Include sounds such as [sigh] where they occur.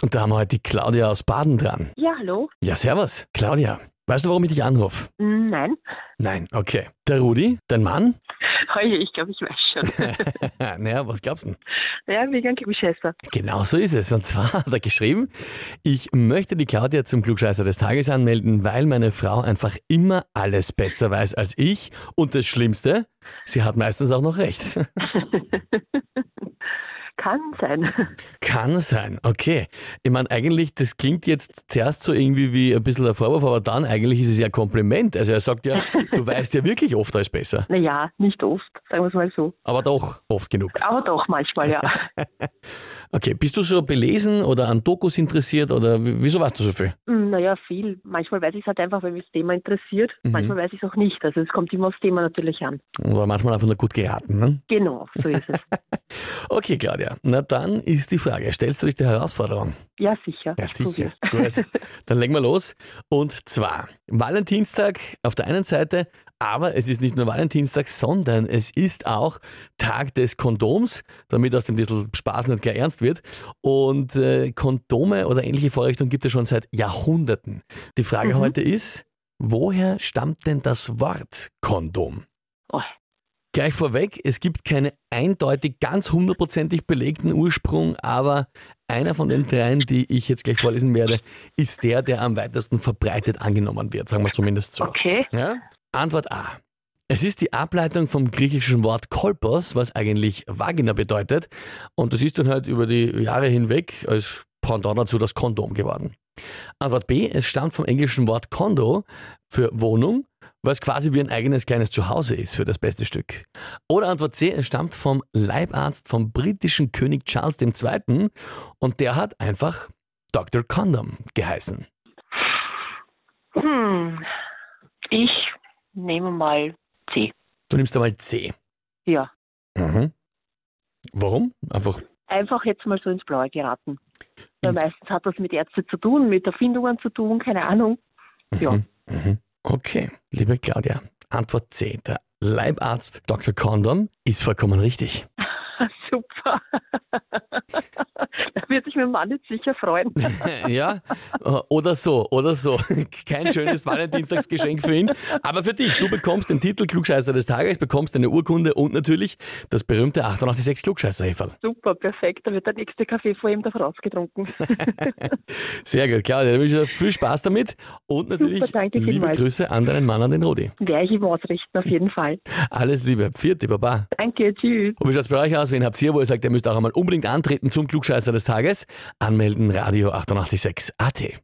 Und da haben wir heute die Claudia aus Baden dran. Ja, hallo? Ja, servus. Claudia, weißt du, warum ich dich anrufe? Hm, Nein. [laughs] Nein, okay. Der Rudi, dein Mann? [laughs] Heuer, ich glaube, ich weiß schon. naja, was glaubst du denn? ja, vegan Klugscheißer. Genau so ist es. Und zwar [laughs] hat er geschrieben, ich möchte die Claudia zum Klugscheißer des Tages anmelden, weil meine Frau einfach immer alles besser weiß als ich. Und das Schlimmste, sie hat meistens auch noch recht. [laughs] [laughs] Kann sein. [laughs] Kann sein, okay. Ich meine, eigentlich, das klingt jetzt zuerst so irgendwie wie ein bisschen ein Vorwurf, aber dann eigentlich ist es ja ein Kompliment. Also er sagt ja, du weißt ja wirklich oft alles besser. Naja, nicht oft, sagen wir es mal so. Aber doch oft genug. Aber doch manchmal, [laughs] ja. Okay, bist du so belesen oder an Dokus interessiert oder w- wieso weißt du so viel? Hm, naja, viel. Manchmal weiß ich es halt einfach, wenn mich das Thema interessiert. Mhm. Manchmal weiß ich es auch nicht. Also es kommt immer aufs Thema natürlich an. Oder manchmal einfach nur gut geraten, ne? Genau, so [laughs] ist es. Okay, Claudia, na dann ist die Frage, stellst du dich der Herausforderung? Ja, sicher. Ja, sicher. Probier's. Gut, dann legen wir los. Und zwar Valentinstag auf der einen Seite, aber es ist nicht nur Valentinstag, sondern es ist auch Tag des Kondoms, damit aus dem bisschen Spaß nicht gleich ernst wird. Und äh, Kondome oder ähnliche Vorrichtungen gibt es schon seit Jahrhunderten. Die Frage Mhm. heute ist, woher stammt denn das Wort Kondom? Oh, Gleich vorweg, es gibt keine eindeutig ganz hundertprozentig belegten Ursprung, aber einer von den dreien, die ich jetzt gleich vorlesen werde, ist der, der am weitesten verbreitet angenommen wird, sagen wir zumindest so. okay. Ja? Antwort A. Es ist die Ableitung vom griechischen Wort Kolpos, was eigentlich Vagina bedeutet. Und das ist dann halt über die Jahre hinweg als Pendant dazu das Kondom geworden. Antwort B. Es stammt vom englischen Wort Kondo für Wohnung, was quasi wie ein eigenes kleines Zuhause ist für das beste Stück. Oder Antwort C. Es stammt vom Leibarzt vom britischen König Charles II. Und der hat einfach Dr. Condom geheißen. Hm. Ich nehme mal C. Du nimmst einmal C. Ja. Mhm. Warum? Einfach. Einfach jetzt mal so ins Blaue geraten. Weil Ins- meistens hat das mit Ärzten zu tun, mit Erfindungen zu tun, keine Ahnung. Ja. [laughs] Mhm. Mhm. Okay, liebe Claudia, Antwort C. Der Leibarzt Dr. Condom ist vollkommen richtig. Super. da wird sich mein Mann jetzt sicher [laughs] freuen. ja, oder so, oder so. Kein schönes Valentinstagsgeschenk für ihn. Aber für dich, du bekommst den Titel Klugscheißer des Tages, bekommst eine Urkunde und natürlich das berühmte 886 klugscheißer -Häferl. Super, perfekt. Da wird der nächste Kaffee vor ihm davon ausgetrunken. [laughs] Sehr gut, Claudia, dann wünsche ich dir viel Spaß damit und natürlich Super, danke liebe vielmals. Grüße an deinen Mann, an den Rudi. Werde ich ihm ausrichten, auf jeden Fall. Alles Liebe, vierte, Baba. Danke, tschüss. Und wie schaut's bei euch aus? Wen habt ihr, wo ihr sagt, ihr müsst auch einmal unbedingt antreten zum Klugscheißer des Tages? Anmelden, Radio 886 AT.